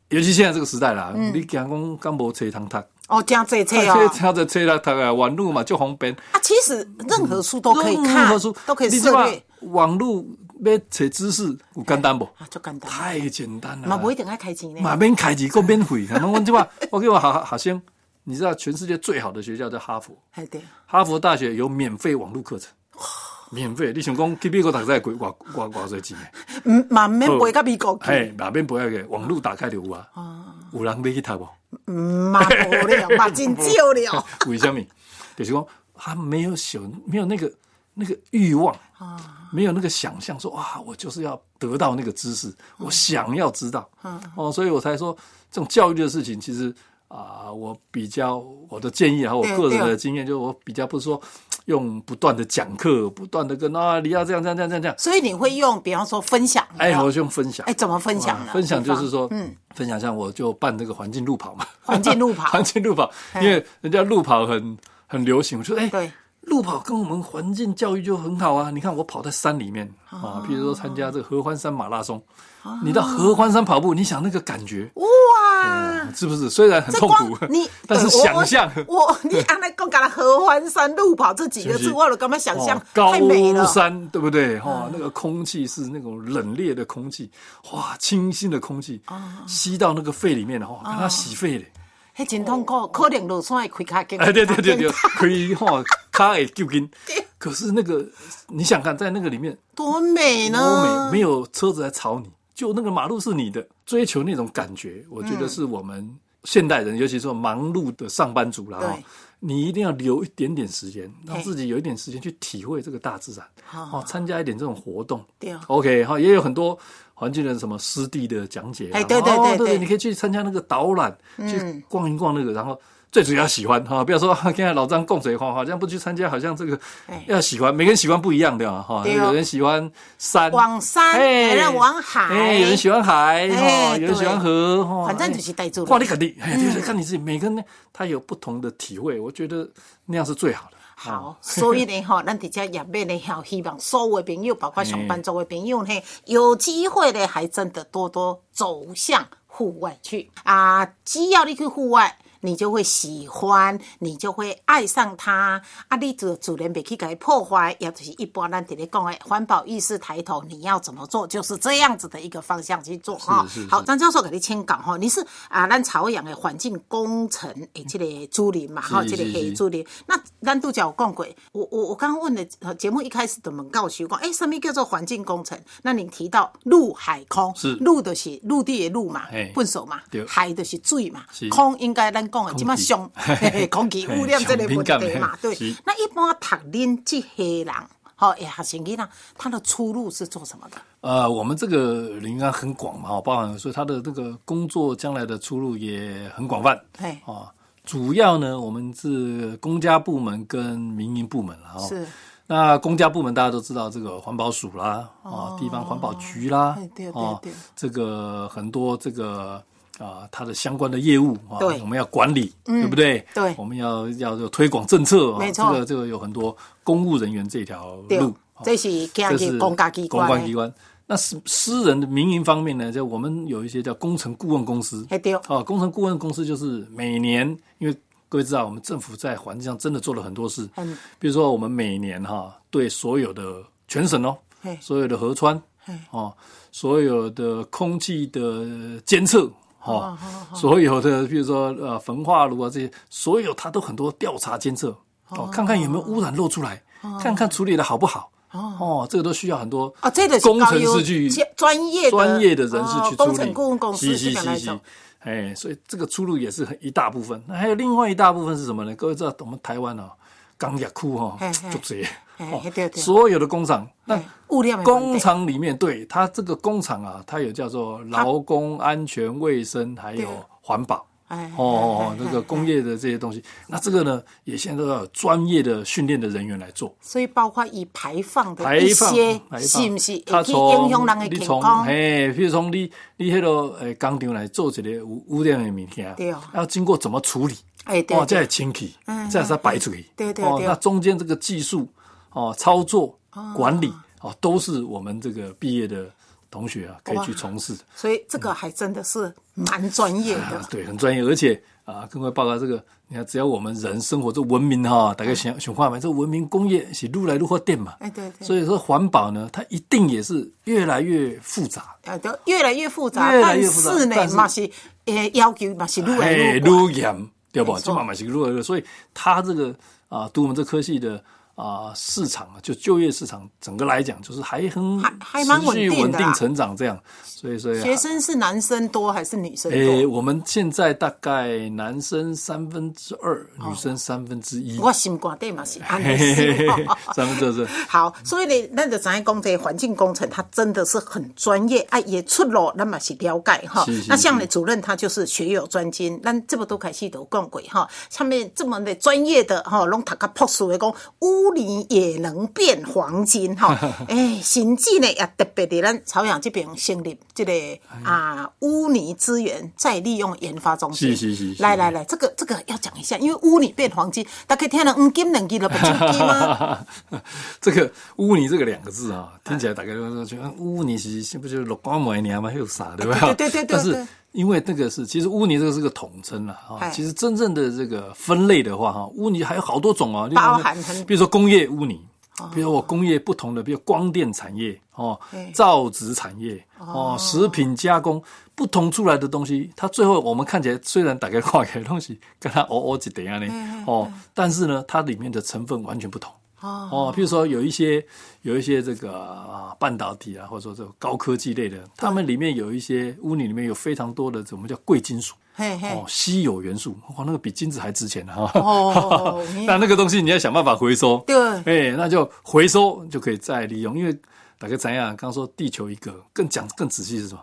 Speaker 3: 尤其现在这个时代啦，
Speaker 2: 嗯
Speaker 3: 你讲讲刚无车通读，
Speaker 2: 哦，这样这一册
Speaker 3: [laughs] 这
Speaker 2: 哦。
Speaker 3: 车着车来读啊，网络嘛就方便。
Speaker 2: 啊，其实嗯任何书都可以
Speaker 3: 任
Speaker 2: 看
Speaker 3: 何书，
Speaker 2: 都可以
Speaker 3: 你
Speaker 2: 涉
Speaker 3: 知道
Speaker 2: 略
Speaker 3: 网络要找知识有简单不？
Speaker 2: 啊，就简单。
Speaker 3: 太简单了啦，
Speaker 2: 嘛，不一定爱开钱
Speaker 3: 嘛
Speaker 2: 呢。
Speaker 3: 免开钱，够免费。 [laughs] 然后我即嘛，我给我好好先，你知道全世界最好的学校叫哈佛，
Speaker 2: 哎对，
Speaker 3: 哈佛大学有免费网络课程，免费。你想讲去美国读在贵偌偌偌侪钱的？
Speaker 2: 嗯，嘛免背到美国去，
Speaker 3: 嘿，哪边不要个网络打开就有啊，有人要去读无？
Speaker 2: 嘛无了， [laughs] 嘛真少了。
Speaker 3: 为什么？就是说他没有想，没有那个那个欲望
Speaker 2: 啊
Speaker 3: 没有那个想象说，哇，我就是要得到那个知识，
Speaker 2: 嗯
Speaker 3: 我想要知道，哦，所以我才说这种教育的事情，其实啊、我比较我的建议还有啊我
Speaker 2: 对
Speaker 3: 个人
Speaker 2: 对
Speaker 3: 的经验，就是我比较不是说用不断的讲课，不断的跟啊，你要这样这样这样这样这样，
Speaker 2: 所以你会用，比方说分享，
Speaker 3: 哎，我就用分享
Speaker 2: 嗯哎，，怎么分享
Speaker 3: 啊
Speaker 2: 呢？
Speaker 3: 分享
Speaker 2: 比
Speaker 3: 就
Speaker 2: 方
Speaker 3: 是说，嗯，分享像我就办那个环境路跑嘛，
Speaker 2: 环境路跑嗯
Speaker 3: [laughs] 环境路跑，因为人家路跑很很流行，我说哎，
Speaker 2: 对，
Speaker 3: 路跑跟我们环境教育就很好啊。你看我跑在山里面
Speaker 2: 哦
Speaker 3: 啊，譬如说参加这个合欢山马拉松，你到合欢山跑步，你想那个感觉，啊
Speaker 2: 哇，
Speaker 3: 是不是？虽然很
Speaker 2: 嗯这
Speaker 3: 痛
Speaker 2: 光 [laughs]
Speaker 3: 苦，
Speaker 2: 你
Speaker 3: [laughs] 但是
Speaker 2: 呃我
Speaker 3: 想象。
Speaker 2: 我我你按那讲，讲合欢山路跑这几个
Speaker 3: 是不
Speaker 2: 字，
Speaker 3: 是
Speaker 2: 我了干嘛想象
Speaker 3: 哦、高
Speaker 2: 太美了。嗯
Speaker 3: 山对不对？哦，那个空气是那种冷冽的空气，哇，清新的空气，
Speaker 2: 哦
Speaker 3: 吸到那个肺里面，然后给它洗肺嘞。
Speaker 2: 迄真痛苦，可能落山会开卡筋。
Speaker 3: 哎，对对对对，可以哦哈，它也救筋。可是那个，你想看，在那个里面，
Speaker 2: 多美
Speaker 3: 欧
Speaker 2: 呢！
Speaker 3: 美没有车子来吵你，就那个马路是你的，追求那种感觉，我觉得是我们现代人，尤其是忙碌的上班族啦，
Speaker 2: 对
Speaker 3: 哦你一定要留一点点时间，让
Speaker 2: 嘿
Speaker 3: 自己有一点时间去体会这个大自然，哦，参加一点这种活动，
Speaker 2: 对哦
Speaker 3: OK，哈，也有很多环境的什么湿地的讲解啊，
Speaker 2: 哎对对
Speaker 3: 哦
Speaker 2: 对嗯
Speaker 3: 对
Speaker 2: 对
Speaker 3: 你可以去参加那个导览，去逛一逛那个，然后最主要喜欢哈、不要说 [laughs] 现在老张供谁花，好像不去参加，好像这个
Speaker 2: 哎
Speaker 3: 要喜欢，每个人喜欢不一样的啊哈、
Speaker 2: 对哦
Speaker 3: 有人喜欢山，
Speaker 2: 往山，
Speaker 3: 哎
Speaker 2: 有人往
Speaker 3: 哎，
Speaker 2: 海，
Speaker 3: 有人喜欢海
Speaker 2: 哎
Speaker 3: 哦，有人喜欢
Speaker 2: 对
Speaker 3: 河哦，
Speaker 2: 反正
Speaker 3: 哎
Speaker 2: 就是嗯带住
Speaker 3: 看你肯定，哎，就是看你自己，每个人呢他有不同的体会，我觉得那样是最好的。哦
Speaker 2: 好，所以呢，吼，咱伫遮也面呢，吼，希望所有的朋友，包括上班族的朋友呢， [laughs] 有机会呢，还真的多多走向户外去啊！只要你去户外，你就会喜欢，你就会爱上它啊！你就自然袂去给它破坏，也就是一般咱伫咧讲的环保意识抬头，你要怎么做，就是这样子的一个方向去做哈
Speaker 3: 是是。
Speaker 2: 好
Speaker 3: 是，
Speaker 2: 张教授给你请讲吼，你是啊，咱朝阳的环境工程诶，这个主任嘛，吼，
Speaker 3: 是
Speaker 2: 这个
Speaker 3: 是
Speaker 2: 黑
Speaker 3: 是
Speaker 2: 主任。那咱都有讲过，我我我刚刚问的呃节目一开始的门告徐讲，诶，什么叫做环境工程？那您提到陆海空，
Speaker 3: 是
Speaker 2: 陆的是陆地的陆嘛
Speaker 3: 嘿，
Speaker 2: 粪手嘛
Speaker 3: 对，
Speaker 2: 海的是水嘛
Speaker 3: 是，
Speaker 2: 空应该咱讲的即马
Speaker 3: 气
Speaker 2: 上嘿嘿空气污染这个问
Speaker 3: 上敏
Speaker 2: 题
Speaker 3: 感
Speaker 2: 嘛
Speaker 3: 嘿，
Speaker 2: 对
Speaker 3: 是。
Speaker 2: 那一般读恁这些人，吼，诶，学生囡仔，他的出路是做什么的？
Speaker 3: 呃，我们这个领域很广嘛，哦包含所以他的这个工作将来的出路也很广泛。
Speaker 2: 嘿，
Speaker 3: 啊，主要呢，我们是公家部门跟民营部门了哦。
Speaker 2: 是。
Speaker 3: 那公家部门大家都知道，这个环保署啦，啊，地方环保局啦
Speaker 2: 哦哎，对对
Speaker 3: 哦
Speaker 2: 对
Speaker 3: 这个很多这个啊，它的相关的业务啊，
Speaker 2: 对嗯
Speaker 3: 我们要管理，对不对？
Speaker 2: 对
Speaker 3: 我们要要有推广政策啊，
Speaker 2: 没错
Speaker 3: 这个这个有很多公务人员这条
Speaker 2: 对
Speaker 3: 路，哦，
Speaker 2: 这是今
Speaker 3: 这
Speaker 2: 日
Speaker 3: 是
Speaker 2: 公家机
Speaker 3: 公
Speaker 2: 关
Speaker 3: 关
Speaker 2: 的
Speaker 3: 机。关。那私私人的民营方面呢，就我们有一些叫工程顾问公司
Speaker 2: 嘿对，
Speaker 3: 啊，工程顾问公司就是每年，因为各位知道，我们政府在环境上真的做了很多事，
Speaker 2: 嗯
Speaker 3: 比如说我们每年哈、对所有的全省哦
Speaker 2: 嘿，
Speaker 3: 所有的河川
Speaker 2: 嘿，
Speaker 3: 哦，所有的空气的监测。哦，所有的比如说呃焚化炉啊这些，所有它都很多调查监测，哦，看看有没有污染漏出来，看看处理的好不好，哦，这个都需要很多
Speaker 2: 哦，这就是
Speaker 3: 工程
Speaker 2: 交由
Speaker 3: 师去
Speaker 2: 专业的
Speaker 3: 专业的人士去处理，
Speaker 2: 哦工程顾问公司
Speaker 3: 是
Speaker 2: 去
Speaker 3: 是
Speaker 2: 来
Speaker 3: 是
Speaker 2: 走
Speaker 3: 是。哎，所以这个出路也是很一大部分。那还有另外一大部分是什么呢？各位知道，我们台湾哦，钢铁库哈
Speaker 2: 嘿嘿，
Speaker 3: 就这
Speaker 2: 嘿嘿对对
Speaker 3: 哦所有的工厂，那
Speaker 2: 哎物料没问题
Speaker 3: 工厂里面，对它这个工厂啊，它有叫做劳工安全卫生，还有环保。
Speaker 2: 哎
Speaker 3: 哦哦，哦那个工业的这些东西，那这个呢，也现在都要有专业的训练的人员来做。
Speaker 2: 所以包括以排放的
Speaker 3: 排
Speaker 2: 一
Speaker 3: 放
Speaker 2: 些，
Speaker 3: 排放
Speaker 2: 是不是
Speaker 3: 它
Speaker 2: 会去影响人的
Speaker 3: 从你
Speaker 2: 健
Speaker 3: 从
Speaker 2: 康？哎
Speaker 3: 嘿，譬如从你你迄个诶工厂来做一个有污染的物件，
Speaker 2: 对哦
Speaker 3: 要经过怎么处理？
Speaker 2: 哎对对
Speaker 3: 哦，
Speaker 2: 嗯
Speaker 3: 才会清气，才会使排出去。
Speaker 2: 对对
Speaker 3: 哦，
Speaker 2: 对
Speaker 3: 那中间这个技术哦、操作、管理哦，都是我们这个毕业的同学啊，可以去从事的。
Speaker 2: 所以这个还真的是蛮专业
Speaker 3: 啊
Speaker 2: 的，。
Speaker 3: 对，很专业，而且啊，跟各位报告这个，你看，只要我们人生活这文明哈，大概想想看嘛，这文明工业是越来越发展嘛，
Speaker 2: 哎对对
Speaker 3: 所以说环保呢，它一定也是越来越复杂，
Speaker 2: 呃，都越来越复杂，
Speaker 3: 越来越复杂
Speaker 2: 但是呢，
Speaker 3: 但是
Speaker 2: 嘛是呃要求嘛是越来
Speaker 3: 哎，
Speaker 2: 越高。
Speaker 3: 越严，对
Speaker 2: 没
Speaker 3: 不？
Speaker 2: 错
Speaker 3: 就慢慢是越来越，所以它这个啊，读我们这科系的。啊，市场啊，就就业市场整个来讲，就是还很
Speaker 2: 还还蛮
Speaker 3: 持
Speaker 2: 稳
Speaker 3: 续
Speaker 2: 定
Speaker 3: 稳
Speaker 2: 的啦
Speaker 3: 定成长这样，所以所以
Speaker 2: 学生是男生多还是女生
Speaker 3: 诶、
Speaker 2: 多？
Speaker 3: 我们现在大概男生三分之二，
Speaker 2: 哦
Speaker 3: 女生三分之一。
Speaker 2: 我心肝底嘛是哦安尼
Speaker 3: 哎嘿嘿
Speaker 2: 想
Speaker 3: 嘿三分之二是
Speaker 2: 好，所以呢，咱就知影讲这个环境工程，它真的是很专业，啊，也出路，咱嘛是了解哈
Speaker 3: 是。是
Speaker 2: 那像
Speaker 3: 是
Speaker 2: 呢，主任他就是学有专精，咱这么多开始都讲过哈。上面这么的专业的哈，拢读个博士的讲，污泥也能变黄金
Speaker 3: [laughs]
Speaker 2: 哈。哎，甚至呢也特别的咱朝阳这边成立这个
Speaker 3: 哎
Speaker 2: 啊污泥资源再利用研发中心。
Speaker 3: 是是是是
Speaker 2: 来来来，这个这个要讲一下，因为污泥变黄金，大家听了黄金两句了不就金
Speaker 3: [laughs]
Speaker 2: 吗？
Speaker 3: 这个污泥这个两个字啊，听起来大概都觉得嗯污泥其实是不就是六光模泥嘛，还有啥对吧？
Speaker 2: 对对对对对
Speaker 3: 但是因为那个是其实污泥这个是个统称啦啊
Speaker 2: 哎，
Speaker 3: 其实真正的这个分类的话哈，污泥还有好多种哦，
Speaker 2: 包含很
Speaker 3: 比如说工业污泥。比如我工业不同的，比如光电产业哦
Speaker 2: 对，
Speaker 3: 造纸产业哦，食品加工不同出来的东西，它最后我们看起来虽然打开跨开东西，跟它哦哦几点啊呢哦，但是呢，它里面的成分完全不同。哦，譬如说有一些有一些这个啊半导体啊，或者说这种高科技类的，它们里面有一些污泥里面有非常多的我们叫贵金属。
Speaker 2: 嘿嘿
Speaker 3: 哦，，稀有元素，哇，那个比金子还值钱呢、啊、
Speaker 2: 哦
Speaker 3: [laughs] 那那个东西你要想办法回收，
Speaker 2: 对
Speaker 3: 哎、那就回收就可以再利用，因为大家怎样？刚刚说地球一个，更讲更仔细是什么？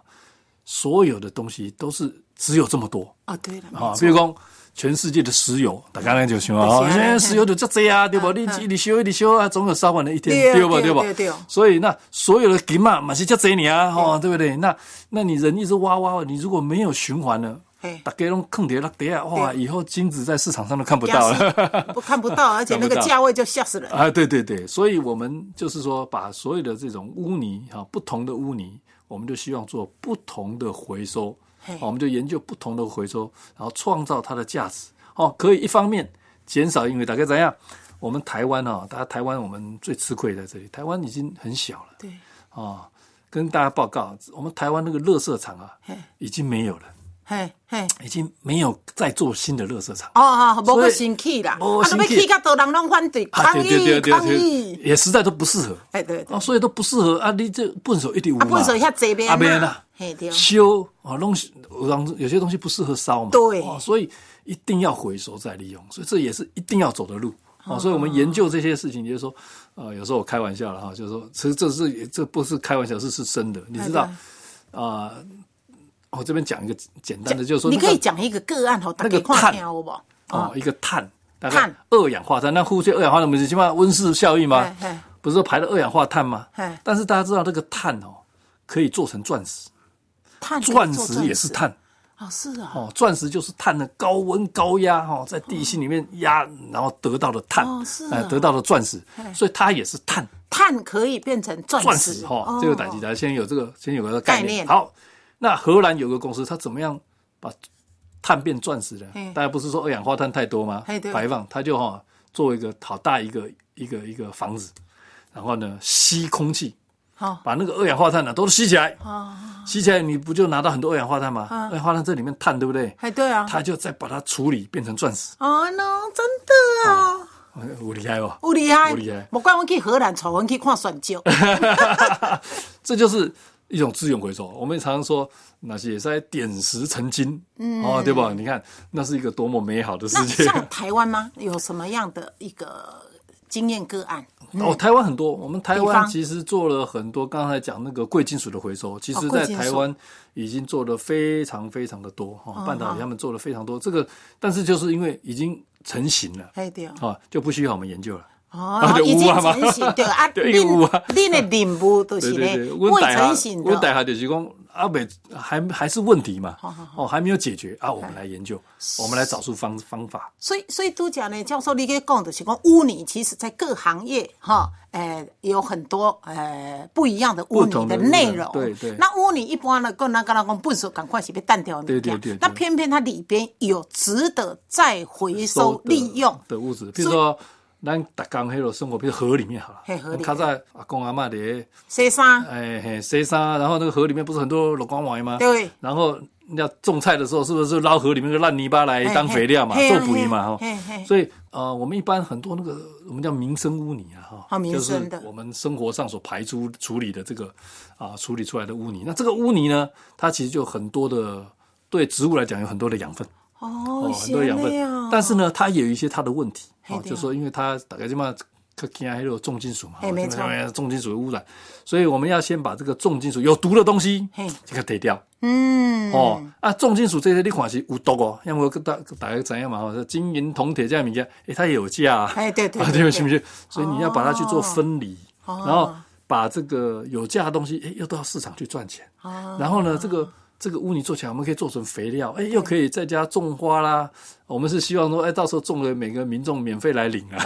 Speaker 3: 所有的东西都是只有这么多，
Speaker 2: 哦对了，
Speaker 3: 啊，比如讲全世界的石油，大家那就想啊，
Speaker 2: 就是啊
Speaker 3: 现在石油就这
Speaker 2: [laughs]
Speaker 3: 这啊，对不？你
Speaker 2: 嗯
Speaker 3: 一直修一直修啊，总有烧完的一天，
Speaker 2: 对
Speaker 3: 对不？
Speaker 2: 对
Speaker 3: 不
Speaker 2: 对啊对？
Speaker 3: 所以那所有的金嘛，嘛是这这你啊，哦，对不对？那那你人一直挖挖，你如果没有循环了
Speaker 2: 嘿。
Speaker 3: 大家拢坑爹落地啊！哇，
Speaker 2: 对
Speaker 3: 以后金子在市场上都看不到了。
Speaker 2: 不看不到，而且那个价位就吓死人。
Speaker 3: [laughs] 啊，对对对，所以我们就是说，把所有的这种污泥啊，不同的污泥，我们就希望做不同的回收，
Speaker 2: 嘿
Speaker 3: 啊我们就研究不同的回收，然后创造它的价值。哦，可以一方面减少，因为大概怎样？我们台湾啊，大家台湾我们最吃亏在这里，台湾已经很小了
Speaker 2: 对，
Speaker 3: 啊、跟大家报告，我们台湾那个垃圾场啊
Speaker 2: 嘿，
Speaker 3: 已经没有了，
Speaker 2: 嘿嘿，
Speaker 3: 已经没有再做新的垃圾场。
Speaker 2: 哦哦，无
Speaker 3: 所
Speaker 2: 个
Speaker 3: 以
Speaker 2: 生气啦，
Speaker 3: 无
Speaker 2: 啊，都要
Speaker 3: 生气
Speaker 2: 气到多人拢反对
Speaker 3: 啊，
Speaker 2: 抗
Speaker 3: 对对
Speaker 2: 议
Speaker 3: 对对
Speaker 2: 抗
Speaker 3: 对，
Speaker 2: 议。
Speaker 3: 也实在都不适合。
Speaker 2: 哎对对
Speaker 3: 啊，所以都不适合啊！你这笨手一点五嘛，
Speaker 2: 啊笨手遐济边
Speaker 3: 啊，没啦，
Speaker 2: 嘿对
Speaker 3: 修啊，弄有当有些东西不适合烧嘛，
Speaker 2: 对
Speaker 3: 哦，所以一定要回收再利用，所以这也是一定要走的路。哦，所以我们研究这些事情，就是说，呃，有时候我开玩笑了哈，就是说，其实这是这不是开玩笑，是是真的，你知道
Speaker 2: 哎
Speaker 3: 啊、我这边讲一个简单的，就是说、
Speaker 2: 你
Speaker 3: 那个，
Speaker 2: 可以讲一个个案哦吼，大家
Speaker 3: 那个碳
Speaker 2: 看听有无？
Speaker 3: 哦，一个碳，大概
Speaker 2: 碳
Speaker 3: 二氧化碳。那呼吸二氧化碳不是起码温室效应吗
Speaker 2: 嘿嘿？
Speaker 3: 不是说排了二氧化碳吗
Speaker 2: 嘿？
Speaker 3: 但是大家知道这个碳哦，可以做成钻石，
Speaker 2: 碳可以
Speaker 3: 钻
Speaker 2: 做
Speaker 3: 石也是碳
Speaker 2: 啊，是啊，
Speaker 3: 哦，钻石就是碳的高温高压哦，在地心里面压，然后得到的碳
Speaker 2: 哦是，
Speaker 3: 哎
Speaker 2: 啊
Speaker 3: 得到的钻石，所以它也是碳。
Speaker 2: 碳可以变成钻
Speaker 3: 钻
Speaker 2: 石
Speaker 3: 石哈，这个等级大家先有这个先有个概
Speaker 2: 哦概念
Speaker 3: 念。好，那荷兰有个公司，它怎么样把碳变钻石的
Speaker 2: 嗯？
Speaker 3: 大家不是说二氧化碳太多吗
Speaker 2: 嘿对？
Speaker 3: 排放，它就哈做一个好大一个一个一个房子，然后呢吸空气，
Speaker 2: 好
Speaker 3: 把那个二氧化碳呢都吸起来，
Speaker 2: 啊，
Speaker 3: 吸起来你不就拿到很多二氧化碳吗？二氧化碳这里面碳对不对？
Speaker 2: 哎对啊，
Speaker 3: 它就再把它处理变成钻石，
Speaker 2: 哦 no，真的哦，
Speaker 3: 哎我厉害哦！
Speaker 2: 有厉害
Speaker 3: 有厉害，
Speaker 2: 莫怪我去荷兰，带阮去看选秀，
Speaker 3: 这就是一种资源回收。我们常常说那些也是在点石成金，嗯，哦，对吧？你看那是一个多么美好的世
Speaker 2: 那
Speaker 3: 界。
Speaker 2: 像台湾吗？有什么样的一个经验个案？
Speaker 3: [laughs] 哦，台湾很多，我们台
Speaker 2: 比
Speaker 3: 湾
Speaker 2: 方
Speaker 3: 其实做了很多。刚才讲那个贵金属的回收，其实
Speaker 2: 哦贵
Speaker 3: 在
Speaker 2: 金属
Speaker 3: 台湾已经做的非常非常的多哈、哦，半导体他们做的非常多。这个，但是就是因为已经成型了，
Speaker 2: 哎对哦。
Speaker 3: 啊，就不需要我们研究了。
Speaker 2: 哦，
Speaker 3: [laughs] 就
Speaker 2: 已经
Speaker 3: 有啊嘛
Speaker 2: 成型
Speaker 3: [laughs]
Speaker 2: 对啊，
Speaker 3: 对有
Speaker 2: 恁
Speaker 3: 啊
Speaker 2: [laughs] 恁的任务就是
Speaker 3: 对
Speaker 2: 咧
Speaker 3: 对对，啊
Speaker 2: 未
Speaker 3: 大
Speaker 2: 成
Speaker 3: 下，
Speaker 2: 型
Speaker 3: 问
Speaker 2: 的
Speaker 3: 大下就是讲阿北还还是问题嘛，哦，还没有解决啊，我们来研究，我们来找出方方法。
Speaker 2: 所以所以都讲呢，教授你给讲的是讲污泥，其实在各行业哈，呃，有很多呃不一样的污
Speaker 3: 不
Speaker 2: 泥
Speaker 3: 同的污染
Speaker 2: 内容。
Speaker 3: 对对
Speaker 2: 那污泥一般呢，跟那跟他讲，不是赶快是被淡掉的物
Speaker 3: 对
Speaker 2: 件
Speaker 3: 对对对
Speaker 2: 那偏偏它里边有值得再回
Speaker 3: 收
Speaker 2: 收
Speaker 3: 的
Speaker 2: 利用。
Speaker 3: 的物质，比如说咱逐工迄落生活，比如河里面好了
Speaker 2: 嘿河里，面
Speaker 3: 较早阿公阿嬷咧，
Speaker 2: 谁啥？
Speaker 3: 哎嘿洗衫，然后那个河里面不是很多裸光丸吗？
Speaker 2: 对
Speaker 3: 然后要种菜的时候，是不是捞河里面的烂泥巴来
Speaker 2: 嘿
Speaker 3: 当肥料嘛，
Speaker 2: 嘿
Speaker 3: 做捕鱼嘛？
Speaker 2: 嘿
Speaker 3: 哈
Speaker 2: 嘿嘿嘿，
Speaker 3: 所以呃，我们一般很多那个我们叫民生污泥啊，
Speaker 2: 啊
Speaker 3: 哈，
Speaker 2: 民
Speaker 3: 就
Speaker 2: 生
Speaker 3: 是
Speaker 2: 的
Speaker 3: 我们生活上所排出处理的这个啊处理出来的污泥。那这个污泥呢，它其实就很多的对植物来讲有很多的养分。
Speaker 2: 어,哦，
Speaker 3: 很多养
Speaker 2: 是这
Speaker 3: 分
Speaker 2: 样，
Speaker 3: 但是呢，它也有一些它的问题，
Speaker 2: 嘿
Speaker 3: 哦，
Speaker 2: 对啊
Speaker 3: 就说因为它大概这嘛，可见还有重金属嘛，
Speaker 2: 嘿
Speaker 3: 哦
Speaker 2: 没
Speaker 3: 这
Speaker 2: 错
Speaker 3: 边重金属的污染，所以我们要先把这个重金属有毒的东西
Speaker 2: 嘿，
Speaker 3: 这个得掉
Speaker 2: 嗯，
Speaker 3: 哦。啊，重金属这些你看是有毒哦，要么大大家怎样嘛，哦，金银铜铁这样物件，诶，它也有价啊，
Speaker 2: 哎对对
Speaker 3: 啊
Speaker 2: 对对
Speaker 3: 对不是不是？所以你要把它去做分离，
Speaker 2: 哦
Speaker 3: 然后把这个有价的东西，欸诶，又到市场去赚钱。
Speaker 2: 哦
Speaker 3: 然后呢，这个这个污泥做起来，我们可以做成肥料，哎，又可以在家种花啦。我们是希望说，哎，到时候种了，每个民众免费来领啊，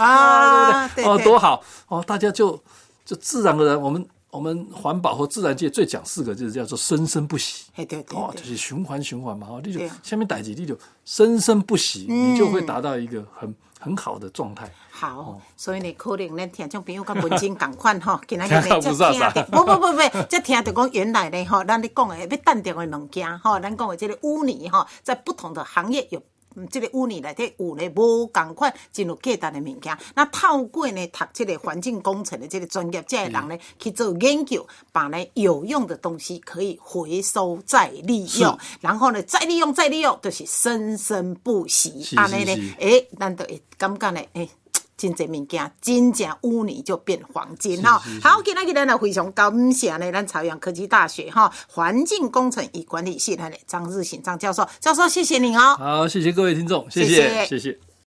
Speaker 2: 啊，对
Speaker 3: [laughs] 哦，
Speaker 2: 对
Speaker 3: 多好哦，大家就就自然而然，我们我们环保和自然界最讲四个字，叫做生生不息。
Speaker 2: 嘿对对
Speaker 3: 哦，
Speaker 2: 对
Speaker 3: 就是循环循环嘛，哦，你就
Speaker 2: 对啊
Speaker 3: 下面逮几你就生生不息，你就会达到一个很很好的状态。哦
Speaker 2: 好，所以呢，可能咱听众朋友甲文静共款
Speaker 3: [laughs]
Speaker 2: 吼，今仔日
Speaker 3: 听到
Speaker 2: 呢，
Speaker 3: 不知道啥
Speaker 2: 才听到，不不不不，才听到讲原来呢吼，咱咧讲的要淡定的物件吼，咱讲的这个污泥吼，在不同的行业有。嗯，这个污泥内底有咧无共款真有价值的物件。那透过呢读这个环境工程的这个专业，这个人
Speaker 3: 嗯
Speaker 2: 呢去做研究，把呢有用的东西可以回收再利用，然后呢再利用再利用，就是生生不息
Speaker 3: 是。
Speaker 2: 安尼
Speaker 3: 是
Speaker 2: 呢
Speaker 3: 是，
Speaker 2: 诶，咱就会感觉呢，诶、真侪物件，真正污泥就变黄金吼。好，今仔日咱也非常感谢呢，咱朝阳科技大学哈环境工程与管理系的张日行张教授，教授谢谢您哦。
Speaker 3: 好，谢谢各位听众，谢
Speaker 2: 谢谢
Speaker 3: 谢谢。